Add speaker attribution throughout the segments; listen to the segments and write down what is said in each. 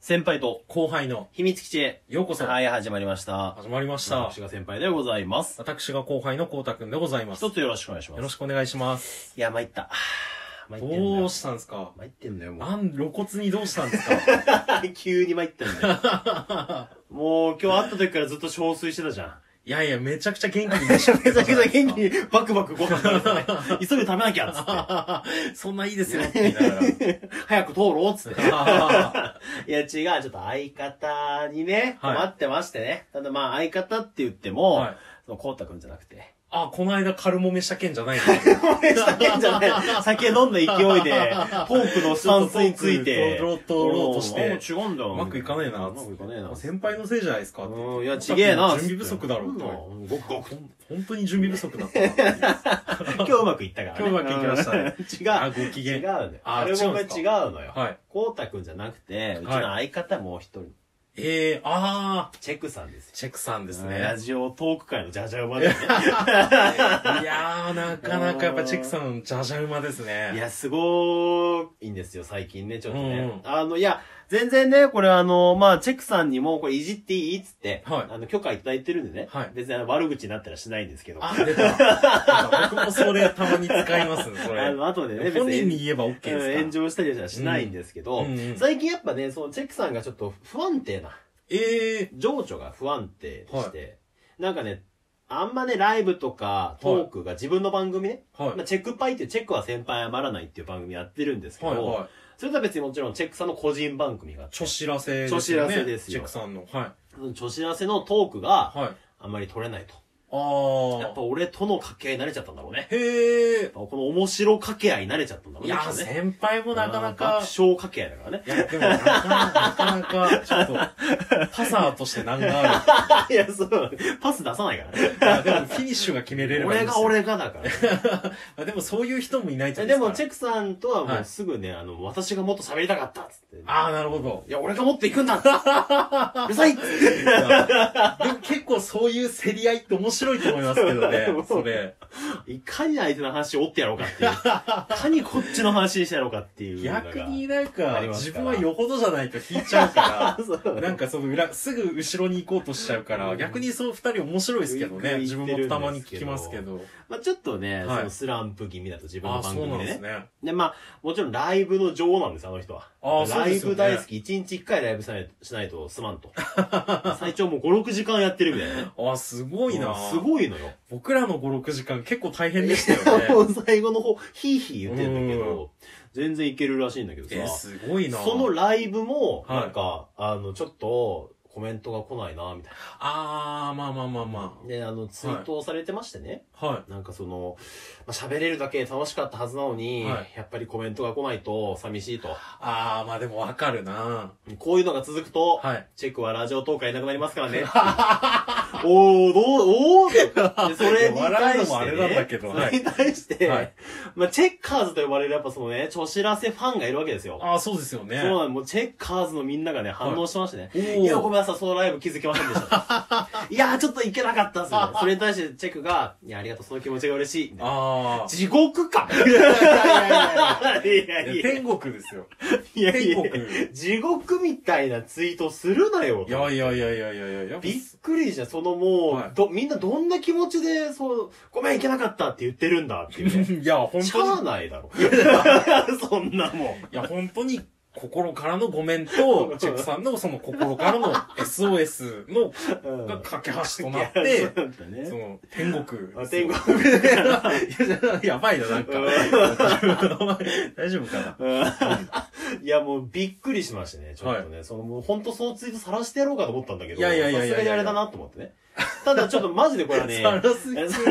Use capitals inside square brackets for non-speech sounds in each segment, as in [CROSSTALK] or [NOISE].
Speaker 1: 先輩と
Speaker 2: 後輩の
Speaker 1: 秘密基地へ。
Speaker 2: ようこそ
Speaker 1: はい、始まりました。
Speaker 2: 始まりました。
Speaker 1: 私が先輩でございます。
Speaker 2: 私が後輩のこうたくんでございます。
Speaker 1: 一
Speaker 2: よ
Speaker 1: つよろしくお願いします。
Speaker 2: ろしくお願いします。
Speaker 1: いや、参った。参ってんだよ。
Speaker 2: どうしたんですか
Speaker 1: 参ってんだよ、もう。
Speaker 2: なん、露骨にどうしたん [LAUGHS] ですか
Speaker 1: 急に参ってんだよ。 [LAUGHS] もう、今日会った時からずっと憔悴してたじゃん。
Speaker 2: いやいや、めちゃくちゃ元気にめち
Speaker 1: めちゃくちゃ元気に [LAUGHS] バクバクご飯食べてね。急いで食べなきゃっつっ
Speaker 2: そんないいですよ [LAUGHS] って言いなが
Speaker 1: て。 [LAUGHS] 早く通ろうっつって。
Speaker 2: ら。
Speaker 1: いや違う、ちょっと相方にね、
Speaker 2: はい
Speaker 1: 困ってましてね。ただまあ相方って言っても、
Speaker 2: はい
Speaker 1: そのこうたくんじゃなくて。
Speaker 2: あ、この間軽揉めした件じゃないの
Speaker 1: 酒じゃない。酒飲んだ勢いで、トークのスタンスについて。
Speaker 2: ちょっとトークを取ろうとして
Speaker 1: もう違うんだよ。
Speaker 2: うまくいかねえな
Speaker 1: うまくいかねえな。
Speaker 2: 先輩のせいじゃないですかって言っ
Speaker 1: う
Speaker 2: て
Speaker 1: ん、いや、ちげえな。
Speaker 2: 準備不足だろう
Speaker 1: う
Speaker 2: と。
Speaker 1: と。ごくごく。
Speaker 2: 本当に準備不足だったなって [LAUGHS] いう。
Speaker 1: 今日うまくいったからね。
Speaker 2: 今日うまくいきましたね
Speaker 1: うん
Speaker 2: あ、
Speaker 1: 違う。
Speaker 2: ご機
Speaker 1: 違う
Speaker 2: 嫌。
Speaker 1: のよ。
Speaker 2: あ
Speaker 1: アルバムが
Speaker 2: 違うんです
Speaker 1: 違
Speaker 2: か
Speaker 1: うのよ。
Speaker 2: はい。
Speaker 1: こうたくんじゃなくて、うちの相方もう一人、
Speaker 2: えー、あー、
Speaker 1: チェックさんですよ。
Speaker 2: チェックさんですね。
Speaker 1: ラジオトーク界のジャジャ馬でね。
Speaker 2: いやー、なかなかやっぱチェックさん、じゃじゃ馬ですね。
Speaker 1: いや、すごいんですよ、最近ね、ちょっとね。
Speaker 2: うんうん
Speaker 1: あの、いや、全然ね、これあの、まあ、チェックさんにも、これいじっていいっつって、
Speaker 2: はい
Speaker 1: あの、許可いただいてるんでね。
Speaker 2: はい
Speaker 1: 別にあの悪口になったらしないんですけど。
Speaker 2: あ、出た。出た僕もそれたまに使いますね、そ
Speaker 1: あ
Speaker 2: れ。
Speaker 1: の、後でね、
Speaker 2: 本人に言えば OK
Speaker 1: うん
Speaker 2: です
Speaker 1: 炎
Speaker 2: か
Speaker 1: 上したりはしないんですけど、
Speaker 2: うんうんうん
Speaker 1: 最近やっぱね、そのチェックさんがちょっと不安定な、
Speaker 2: え
Speaker 1: 情緒が不安定でして、なんかね、あんまね、ライブとかトークが自分の番組ね、
Speaker 2: ー、はい
Speaker 1: まあ、。チェックパイっていうチェックは先輩余らないっていう番組やってるんですけど、
Speaker 2: はいはい。
Speaker 1: それとは別にもちろんチェックさんの個人番組があって、
Speaker 2: 著知らせ
Speaker 1: 著知らせですよ
Speaker 2: チェックさんの。はい。
Speaker 1: 女子らせのトークが
Speaker 2: はい。
Speaker 1: あんまり取れないと。
Speaker 2: あ
Speaker 1: やっぱ
Speaker 2: ー。
Speaker 1: 俺との掛け合いに慣れちゃったんだろうね。
Speaker 2: へー。
Speaker 1: この面白掛け合いに慣れちゃったんだろ
Speaker 2: いうや
Speaker 1: ね。
Speaker 2: ー、
Speaker 1: きっとね
Speaker 2: 先輩もなかな
Speaker 1: あ
Speaker 2: か
Speaker 1: 爆。笑掛け合いだからね。 [LAUGHS]
Speaker 2: いや、でもなかなか、なかなかちょっと、パサーとして難がある。
Speaker 1: いや、そう。パス出さないからね。
Speaker 2: いやでもフィニッシュが決めれればい
Speaker 1: 俺
Speaker 2: いです
Speaker 1: が
Speaker 2: よ。
Speaker 1: 俺がだ
Speaker 2: [LAUGHS]
Speaker 1: からね。
Speaker 2: あでもそういう人もいないと
Speaker 1: え
Speaker 2: 思
Speaker 1: でも、チ
Speaker 2: ェッ
Speaker 1: ェクさんとはも
Speaker 2: は
Speaker 1: う
Speaker 2: い
Speaker 1: すぐね、あの、私がもっと喋りたかったっつって。
Speaker 2: あー、なるほど。
Speaker 1: いや、俺がもっと行くんだ [LAUGHS] うるさいっつって、
Speaker 2: いやでも結構そういう競り合いって面白いと思いますけどね
Speaker 1: [LAUGHS]
Speaker 2: それ。
Speaker 1: いかに相手の話を折ってやろうかって
Speaker 2: [LAUGHS]
Speaker 1: いう。いかにこっちの話にしてやろうかっていうのが。
Speaker 2: 逆になんか
Speaker 1: あり、ます
Speaker 2: 自
Speaker 1: か
Speaker 2: 分
Speaker 1: ら
Speaker 2: はよほどじゃないと引いちゃうか
Speaker 1: [LAUGHS] そう、
Speaker 2: ら、なんかその裏、すぐ後ろに行こうとしちゃうか
Speaker 1: う
Speaker 2: ら、
Speaker 1: ん
Speaker 2: 逆にそう二人面白いですけどね、
Speaker 1: よく
Speaker 2: 自
Speaker 1: 言っ
Speaker 2: 分
Speaker 1: てるんですけど
Speaker 2: もたまに聞きますけど。
Speaker 1: まあちょっとね、
Speaker 2: はい
Speaker 1: そのスランプ気味だと自分
Speaker 2: あ
Speaker 1: の
Speaker 2: あ、
Speaker 1: 番
Speaker 2: そう
Speaker 1: 組
Speaker 2: なん
Speaker 1: で
Speaker 2: です
Speaker 1: ね。
Speaker 2: ね。
Speaker 1: で、まあ、もちろんライブの女王なんです、あの人は。
Speaker 2: ああそう
Speaker 1: ラ
Speaker 2: で
Speaker 1: イ
Speaker 2: すよ
Speaker 1: ブ
Speaker 2: ね
Speaker 1: 大好き、1日1回ライブしないしないとすまん
Speaker 2: [LAUGHS]
Speaker 1: と。最長もう5、6時間やってるみたいなね。
Speaker 2: ああ、すごいな。
Speaker 1: うんすごいのよ。
Speaker 2: 僕らの5、6時間結構大変でした
Speaker 1: [LAUGHS]
Speaker 2: よ
Speaker 1: も
Speaker 2: ね。
Speaker 1: う最後の方、ヒーヒー言ってんだけど、全然いけるらしいんだけどさ。
Speaker 2: え、すごいな。
Speaker 1: そのライブも、
Speaker 2: はい
Speaker 1: なんか、あの、ちょっと、コメントが来ないな、みたい
Speaker 2: ああ、まあまあまあま
Speaker 1: な。で、あの、ツイートをされてましてね。
Speaker 2: あ。はい。
Speaker 1: なんかその、まあ喋れるだけ楽しかったはずなのに、
Speaker 2: はい
Speaker 1: やっぱりコメントが来ないと寂しいと。
Speaker 2: ああ、まあでもわかるな。
Speaker 1: こういうのが続くと、
Speaker 2: はい。
Speaker 1: チェックはラジオ東海いなくなりますから
Speaker 2: [LAUGHS]
Speaker 1: ね。おー、どう、お
Speaker 2: [LAUGHS]
Speaker 1: ーでそれに対して、ね、
Speaker 2: 笑うのもあれなんだけど
Speaker 1: それに対して、
Speaker 2: はい
Speaker 1: まあ、チェッカーズと呼ばれるやっぱそのね、女子らせファンがいるわけですよ。
Speaker 2: ああ、そうですよね。
Speaker 1: そうなんもうチェッカーズのみんながね、反応してましたね。
Speaker 2: お
Speaker 1: い、や、ごめ
Speaker 2: ー
Speaker 1: んなさい、そのライブ気づきませんでした。
Speaker 2: [LAUGHS]
Speaker 1: いや、ちょっといけなかったっすね。それに対してチェックが、いや、ありがとう、その気持ちが嬉しい。
Speaker 2: ああ。
Speaker 1: 地獄かい
Speaker 2: いやいやいやいや
Speaker 1: やいやいや
Speaker 2: 天国ですよ。
Speaker 1: いやい
Speaker 2: 天国。
Speaker 1: や、地獄みたいなツイートするなよ。
Speaker 2: いやいやいやいやいやいや、やっぱ
Speaker 1: びっくりじゃん、そのもう、
Speaker 2: はい
Speaker 1: ど、みんなどんな気持ちで、そう、ごめん、いけなかったって言ってるんだっていうね。
Speaker 2: [LAUGHS] いや、本
Speaker 1: し
Speaker 2: 当
Speaker 1: ゃ
Speaker 2: に、
Speaker 1: あない
Speaker 2: [LAUGHS]
Speaker 1: だろ。そんなもん。
Speaker 2: いや、本当に、心からのごめんと、チェックさんのその心か
Speaker 1: [LAUGHS]
Speaker 2: らの SOS の、
Speaker 1: うん
Speaker 2: が架け橋と
Speaker 1: い
Speaker 2: な
Speaker 1: や
Speaker 2: っ
Speaker 1: そう
Speaker 2: て、
Speaker 1: なんだね
Speaker 2: その、天国
Speaker 1: あ
Speaker 2: ですよ。
Speaker 1: 天国で。
Speaker 2: いややばいな、なんか。大丈夫かな。
Speaker 1: いや、もうびっくりしましたね、ちょっとね。その、もうほんとそのツイート晒してやろうかと思ったんだけど、
Speaker 2: いやいやいやいやいや
Speaker 1: さすがにあれだなと思ってね。ただちょっとマジでこれ
Speaker 2: [LAUGHS]
Speaker 1: はね、
Speaker 2: サラス
Speaker 1: えそう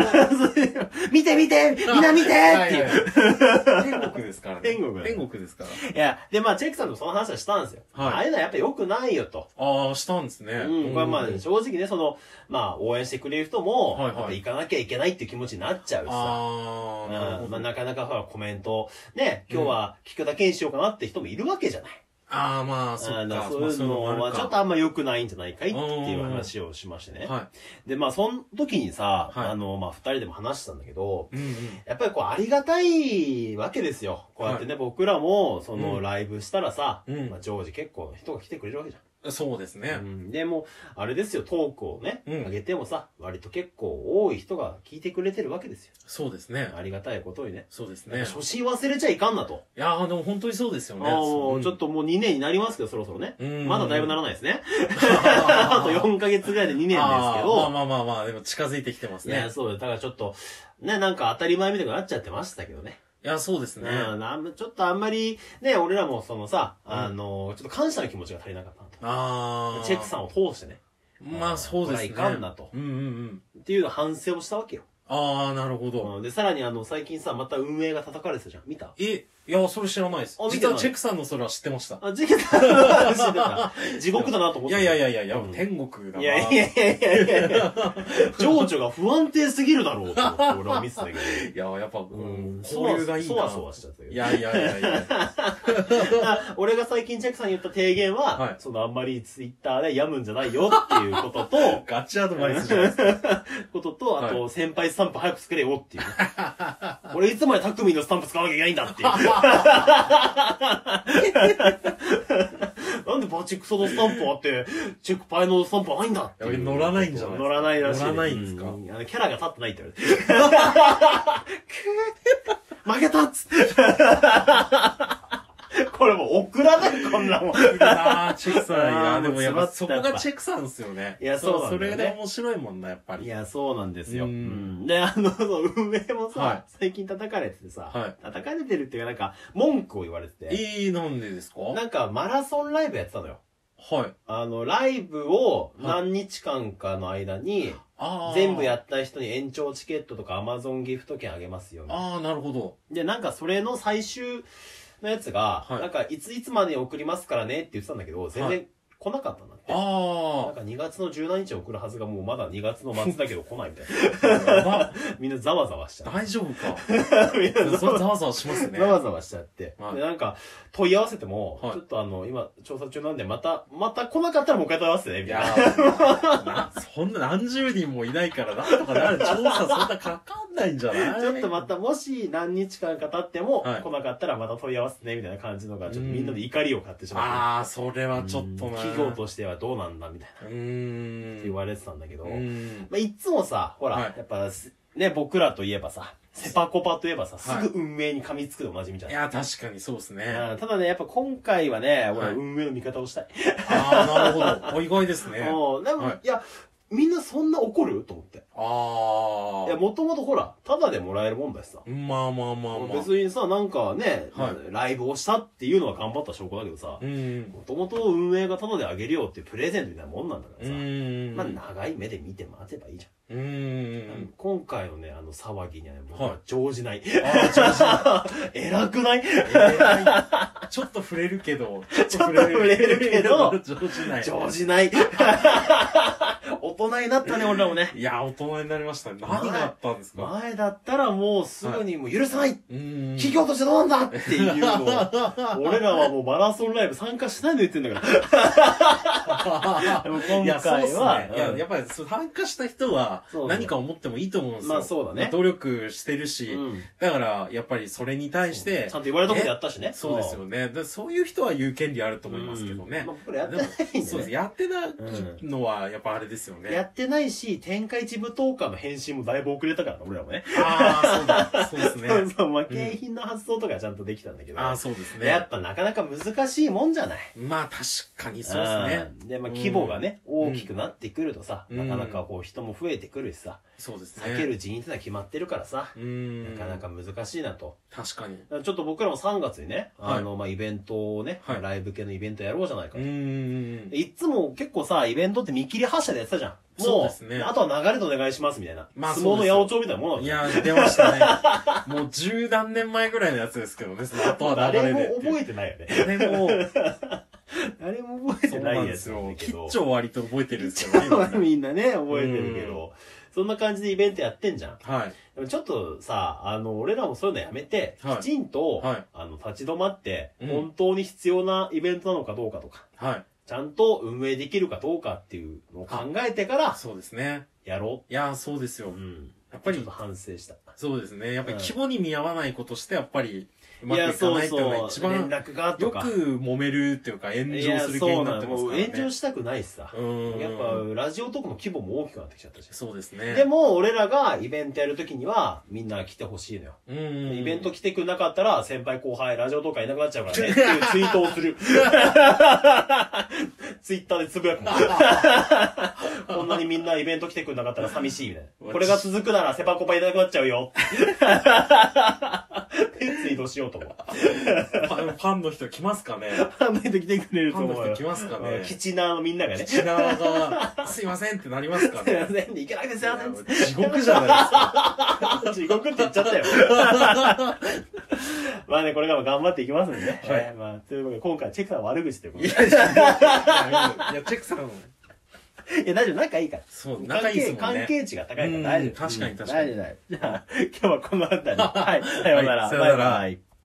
Speaker 1: 見て見てみんな見てって
Speaker 2: はい
Speaker 1: いう。
Speaker 2: はい天国ですからね。
Speaker 1: 天国
Speaker 2: 天国ですから。
Speaker 1: [LAUGHS] いや、で、まあ、チェックさんともその話はしたんですよ。
Speaker 2: はい
Speaker 1: ああいうのはやっぱ良くないよと。
Speaker 2: ああ、したんですね。
Speaker 1: うん、これはまあ、正直ね、その、まあ、応援してくれる人も、
Speaker 2: はいはい
Speaker 1: やっぱ行かなきゃいけないっていう気持ちになっちゃうしさ。
Speaker 2: あ
Speaker 1: う
Speaker 2: あ、なるほ
Speaker 1: ん、ま
Speaker 2: ど
Speaker 1: あ、。なかなかほら、コメント、ね、今日は聞くだけにしようかなって人もいるわけじゃない。
Speaker 2: ああ、まあ、そ
Speaker 1: あ
Speaker 2: っ
Speaker 1: の
Speaker 2: か。
Speaker 1: そういうの
Speaker 2: まあ
Speaker 1: はちょっとあんま良くないんじゃないかいっていう話をしましてね。
Speaker 2: は
Speaker 1: で、まあ、その時にさ、
Speaker 2: はい
Speaker 1: あの、まあ、二人でも話してたんだけど、
Speaker 2: い。うんうん。
Speaker 1: やっぱりこう、ありがたいわけですよ。こうやってね、僕らも、その、
Speaker 2: うん
Speaker 1: ライブしたらさ、
Speaker 2: うん
Speaker 1: まあ、常時結構の人が来てくれるわけじゃ
Speaker 2: そうです
Speaker 1: ん。。
Speaker 2: ね
Speaker 1: うん、で、もうあれですよ、トークをね、
Speaker 2: うん
Speaker 1: 上げてもさ、割と結構多い人が聞いてくれてるわけですよ。
Speaker 2: そうですね。
Speaker 1: ありがたいことにね。
Speaker 2: そうです
Speaker 1: や
Speaker 2: ね
Speaker 1: っ。ぱ初心忘れちゃいかんなと。
Speaker 2: いやー、でも本当にそうですよね。
Speaker 1: あーちょっ
Speaker 2: と。
Speaker 1: ともう2年になりますけど、そろそろね。
Speaker 2: うん
Speaker 1: まだだいぶならないですね。 [LAUGHS] あ
Speaker 2: あ
Speaker 1: と4ヶ月ぐらいで2年ですけど。
Speaker 2: ーまあまあまあまあ、でも近づいてきてます
Speaker 1: ね
Speaker 2: ね。
Speaker 1: そうだ。だからちょっと、ね、なんか当たり前みたいになっちゃってましたけどね。
Speaker 2: いや、そうです
Speaker 1: う
Speaker 2: ね。
Speaker 1: ん、なんちょっとあんまり、ね、俺らもそのさ、あの、ちょっと感謝の気持ちが足りなかったな
Speaker 2: あ
Speaker 1: と。
Speaker 2: あ。
Speaker 1: チェックさ
Speaker 2: ん。
Speaker 1: んを通してね、
Speaker 2: まあそうですね。
Speaker 1: これはいかんなと
Speaker 2: うんうんうん。
Speaker 1: っていう反省をしたわけよ。
Speaker 2: ああ、なるほど。
Speaker 1: うん、で、さらにあの、最近さ、また運営が叩かれてたじゃん。見た
Speaker 2: え、いや、それ知らないです
Speaker 1: あ見。てない
Speaker 2: 実はチェックさんのそれは知ってました。
Speaker 1: あ、事件だ知ってた [LAUGHS] 地獄だなと思っ
Speaker 2: い
Speaker 1: て
Speaker 2: や
Speaker 1: た。
Speaker 2: いやいやいや、いや
Speaker 1: うん
Speaker 2: 天国だない
Speaker 1: やいやいやいやいやい
Speaker 2: [LAUGHS]
Speaker 1: や情緒が不安定すぎるだろうと思って俺は見てたけど。
Speaker 2: いや、やっぱ、こ
Speaker 1: うん
Speaker 2: [LAUGHS] う、交流がいい
Speaker 1: そ
Speaker 2: な。
Speaker 1: わそわしちゃったけど
Speaker 2: いやいやいや
Speaker 1: [LAUGHS]
Speaker 2: いや。
Speaker 1: 俺が最近チェックさんに言った提言は、
Speaker 2: はい、
Speaker 1: そのあんまりツイッターで病むんじゃないよっていうことと
Speaker 2: [LAUGHS] ガチアドバイスじゃないですか。
Speaker 1: ことと、あ
Speaker 2: は
Speaker 1: と、先輩スタンプ早く作れよっていう
Speaker 2: [LAUGHS]
Speaker 1: ね。俺いつまでタクミンのスタンプ使わなきゃいけないんだっていう。なんでバチクソのスタンプあって、チェックパイのスタンプないんだって
Speaker 2: や
Speaker 1: い
Speaker 2: べ
Speaker 1: う。
Speaker 2: 乗らないんじゃない
Speaker 1: 乗らないらしい。
Speaker 2: 乗らないんですか
Speaker 1: うあのキャラが立ってないって言われて。く
Speaker 2: [LAUGHS]
Speaker 1: ー負けたっつって。これもう送らない、こんなもん。
Speaker 2: いいなあチェックさん。い
Speaker 1: あー
Speaker 2: や、でもやっ
Speaker 1: もう
Speaker 2: ぱ
Speaker 1: 詰
Speaker 2: そ
Speaker 1: ま
Speaker 2: こ
Speaker 1: った
Speaker 2: がチェックさんですよね。
Speaker 1: いやそうなんだよね
Speaker 2: それで面白いもんな、やっぱ
Speaker 1: い
Speaker 2: り。
Speaker 1: や、そうなんですよ。
Speaker 2: うん
Speaker 1: うんで、あの、 [LAUGHS] そう運営もさ、
Speaker 2: はい
Speaker 1: 最近叩かれててさ、
Speaker 2: はい
Speaker 1: 叩かれてるっていうか、なんか、文句を言われてて、
Speaker 2: いい、なんでですか
Speaker 1: なんか、マラソンライブやってたのよ。
Speaker 2: はい。
Speaker 1: あの、ライブを何日間かの間に、
Speaker 2: ああ。
Speaker 1: 全部や
Speaker 2: っ
Speaker 1: った人に延長チケットとか Amazon ギフト券あげますよ、みたいな
Speaker 2: ああ、なるほど。
Speaker 1: で、なんかそれの最終のやつが、
Speaker 2: はい
Speaker 1: なんかいついつまで送りますからねって言ってたんだけど、全
Speaker 2: は
Speaker 1: 然来なかったんだって。なん
Speaker 2: あ
Speaker 1: か2月の17日送るはずがもうまだ2月の末だけど来ないみたいな。 [LAUGHS]
Speaker 2: あ。やば
Speaker 1: みんなざわざわしちゃって。
Speaker 2: 大丈夫か。
Speaker 1: みんなざ
Speaker 2: それ
Speaker 1: わ
Speaker 2: ざわざわしますね。
Speaker 1: ざわざわしちゃって。
Speaker 2: はい
Speaker 1: で、なんか問い合わせても、
Speaker 2: はい
Speaker 1: ちょっとあの、今調査中なんでまた、また来なかったらもう一回問い合わせてね、み
Speaker 2: い
Speaker 1: たい
Speaker 2: や
Speaker 1: な。
Speaker 2: ーなそんな何十人もいないから、なんとかなる。調査そんなかかんないんじゃない
Speaker 1: ちょっとまたもし何日間か経っても
Speaker 2: はい
Speaker 1: 来なかったらまた問い合わせてねみたいな感じのがちょっと
Speaker 2: うん
Speaker 1: みんなで怒りを買ってしまっ
Speaker 2: ああ、それ
Speaker 1: て
Speaker 2: はちょっと
Speaker 1: うん
Speaker 2: な。
Speaker 1: 企業としてはどうなんだみたいな
Speaker 2: う
Speaker 1: っ
Speaker 2: ーん。
Speaker 1: て言われてたんだけど、
Speaker 2: うん。
Speaker 1: まあ、いっつもさ、ほら、
Speaker 2: はい
Speaker 1: やっぱす、ね、僕らといえばさ、セパコパといえばさ、
Speaker 2: はい
Speaker 1: すぐ運営に噛みつくでおなじみじゃん。
Speaker 2: い
Speaker 1: いや
Speaker 2: や、確かにそうですね。あ
Speaker 1: ただね、やっぱ今回はね、俺、
Speaker 2: はい
Speaker 1: 運営の味方をしたい。
Speaker 2: あー、なるほど。お意外ですね。あ
Speaker 1: もうなんか、
Speaker 2: はい
Speaker 1: い、や、みんなそんな怒ると思って。いや、
Speaker 2: あ。
Speaker 1: もともとほら、ただでもらえるもんだしさ。
Speaker 2: まあまあまあまあ。
Speaker 1: 別にさ、なんかね、
Speaker 2: は
Speaker 1: ライブをしたっていうのは頑張った証拠だけどさ
Speaker 2: う、ん。
Speaker 1: もともと運営がただであげるよっていうプレゼントみたいなもんなんだか
Speaker 2: う
Speaker 1: らさ、
Speaker 2: ん。
Speaker 1: まあ長い目で見て待てばいいじゃん。
Speaker 2: うん。
Speaker 1: 今回のね、あの騒ぎにはね、僕
Speaker 2: は
Speaker 1: はい乗じない。 [LAUGHS]
Speaker 2: ああ、ちょっ
Speaker 1: 偉くない
Speaker 2: と、えーちょっと触れるけど。ちょっと触
Speaker 1: れるけど
Speaker 2: 上手ない。
Speaker 1: 乗じ
Speaker 2: [LAUGHS]
Speaker 1: ない。 [LAUGHS] 大人になったね、俺らもね。
Speaker 2: いや、大人になりましたね。何があったんですか
Speaker 1: 前だったらもうすぐにもう許さない、
Speaker 2: うん。
Speaker 1: 企業としてどうなんだっていうのを、俺らはもうマラソンライブ参加しないの言ってんだから。でも
Speaker 2: い
Speaker 1: 今
Speaker 2: や、そうっ
Speaker 1: 回
Speaker 2: す
Speaker 1: は、
Speaker 2: ね。いや、やっぱりそう参加した人は
Speaker 1: そうそう
Speaker 2: 何か思ってもいいと思うんですよ。
Speaker 1: まあそうだね
Speaker 2: 努力してるし、
Speaker 1: うん
Speaker 2: だから、やっぱりそれに対し
Speaker 1: ちゃ
Speaker 2: て
Speaker 1: ん、と言われたことやったしね。
Speaker 2: そうですよね。でそういう人は言う権利あると思いますけどね。
Speaker 1: うんまあ僕らやってないんでね
Speaker 2: もそうです。やってな
Speaker 1: う
Speaker 2: いのは、やっぱあれですよ
Speaker 1: や
Speaker 2: ね。
Speaker 1: ってないし、天下一武闘家の返信もだいぶ遅れたからな、俺らもね。
Speaker 2: ああ、そうだ。そうです
Speaker 1: そう [LAUGHS]
Speaker 2: ね。
Speaker 1: そう、まあ、景品の発送とかちゃんとできたんだけど。
Speaker 2: ああ、そうです
Speaker 1: や
Speaker 2: ね
Speaker 1: っ。ぱなかなか難しいもんじゃない。
Speaker 2: まあ、確かにそうですね。
Speaker 1: うんで、まあ、規模がね、
Speaker 2: ん
Speaker 1: 大きくなってくるとさ、
Speaker 2: うん
Speaker 1: なかなかこう人も増えてくるしさ、
Speaker 2: そうですね。
Speaker 1: 避ける人員ってのは決まってるからさ、
Speaker 2: うん。
Speaker 1: なかなか。難しいなと。
Speaker 2: 確かに。
Speaker 1: だからちょっと僕らも3月にね、
Speaker 2: はい
Speaker 1: あの、まあ、イベントをね、
Speaker 2: はい
Speaker 1: ライブ系のイベントやろうじゃないか
Speaker 2: う
Speaker 1: と。
Speaker 2: ん
Speaker 1: で。いっつも結構さ、イベントって見切り発車でやってたじゃん。もう、
Speaker 2: そうですね
Speaker 1: あとは流れでお願いしますみたいな。
Speaker 2: まあ
Speaker 1: 相撲
Speaker 2: そ
Speaker 1: の
Speaker 2: う
Speaker 1: 八
Speaker 2: ですよ
Speaker 1: 百長みたいなものだっ
Speaker 2: い
Speaker 1: た
Speaker 2: や、出ましたね。もう十何年前ぐらいのやつですけどね、その後は流
Speaker 1: 誰
Speaker 2: れ
Speaker 1: も
Speaker 2: でっていう。
Speaker 1: 覚えてないよ
Speaker 2: [LAUGHS]
Speaker 1: ね。
Speaker 2: でも、
Speaker 1: 誰も覚え
Speaker 2: そ
Speaker 1: て
Speaker 2: う
Speaker 1: な
Speaker 2: なん
Speaker 1: いや
Speaker 2: で
Speaker 1: つ
Speaker 2: す
Speaker 1: [LAUGHS] なんだ
Speaker 2: よ。
Speaker 1: け
Speaker 2: 吉
Speaker 1: ど。
Speaker 2: 兆割と覚えてるんですよね。
Speaker 1: みんなね、覚えてるけど。そんな感じでイベントやってんじゃん。
Speaker 2: はい。
Speaker 1: でもちょっとさ、あの、俺らもそういうのやめて、
Speaker 2: はい
Speaker 1: きちんと、
Speaker 2: はい
Speaker 1: あの、立ち止まって、
Speaker 2: うん
Speaker 1: 本当に必要なイベントなのかどうかとか、
Speaker 2: はい。
Speaker 1: ちゃんと運営できるかどうかっていうのを考えてから、
Speaker 2: そうですね。
Speaker 1: やろ
Speaker 2: いやー、そうです
Speaker 1: う。
Speaker 2: よ
Speaker 1: う。ん。
Speaker 2: やっぱ
Speaker 1: ちょっ
Speaker 2: り
Speaker 1: と、反省した。
Speaker 2: そうですね。やっぱり
Speaker 1: うん
Speaker 2: 規模に見合わないことして、やっぱり、う
Speaker 1: い
Speaker 2: まくいか
Speaker 1: や、そ
Speaker 2: な
Speaker 1: う
Speaker 2: いっていうのが一
Speaker 1: そう。連
Speaker 2: 番、よ
Speaker 1: 絡が
Speaker 2: く
Speaker 1: とか。
Speaker 2: 揉めるっていうか、炎
Speaker 1: い
Speaker 2: 上
Speaker 1: や
Speaker 2: する
Speaker 1: そ
Speaker 2: 系
Speaker 1: う
Speaker 2: に
Speaker 1: な
Speaker 2: な
Speaker 1: の
Speaker 2: ってますか
Speaker 1: も
Speaker 2: らね。
Speaker 1: う炎上
Speaker 2: し
Speaker 1: したくないしさ。
Speaker 2: うん。
Speaker 1: やっぱ、ラジオトークの規模も大きくなってきちゃったし。
Speaker 2: そうですね。
Speaker 1: でも、俺らがイベントやるときには、みんな来てほしいのよ。
Speaker 2: うんうんうん
Speaker 1: イベント来てくれなかったら、先輩後輩、ラジオとかいなくなっちゃうからね、っていうツイートをする。 [LAUGHS] ツイッターでつぶやくの。こんなにみんなイベント来てくれなかったら寂しいみたいな。これが続くなら、セパコパいなくなっちゃうよ。ってツイートしようと思う。
Speaker 2: ファンファンの人来ますかね
Speaker 1: ファンの [LAUGHS] 人来てくれる
Speaker 2: ファンの人来ますかね
Speaker 1: キチナーのみんながね。す
Speaker 2: 品川が、すいませんってなります
Speaker 1: [LAUGHS]
Speaker 2: か
Speaker 1: い
Speaker 2: ね
Speaker 1: ません、行けなくてすいませ
Speaker 2: [LAUGHS]
Speaker 1: ん。
Speaker 2: 地獄じゃない
Speaker 1: [LAUGHS]
Speaker 2: です
Speaker 1: 地
Speaker 2: か。
Speaker 1: 獄って言っちゃったよ。まあね、これからも頑張っていきますんでね。
Speaker 2: はい
Speaker 1: えーまあ、ということで、今回、チェックさん悪口ということ
Speaker 2: い
Speaker 1: で。
Speaker 2: や、いやいやチェックさん、
Speaker 1: [LAUGHS] いや、大丈夫、仲いいから。
Speaker 2: そう、仲いいですもんね。
Speaker 1: 関係関係値が高いから大丈
Speaker 2: うん
Speaker 1: 夫。
Speaker 2: 確かに確か
Speaker 1: 大
Speaker 2: に
Speaker 1: 丈夫大丈夫じゃあ、今日はこの辺り。はい、さようなら。
Speaker 2: はいさようなら
Speaker 1: バイバイ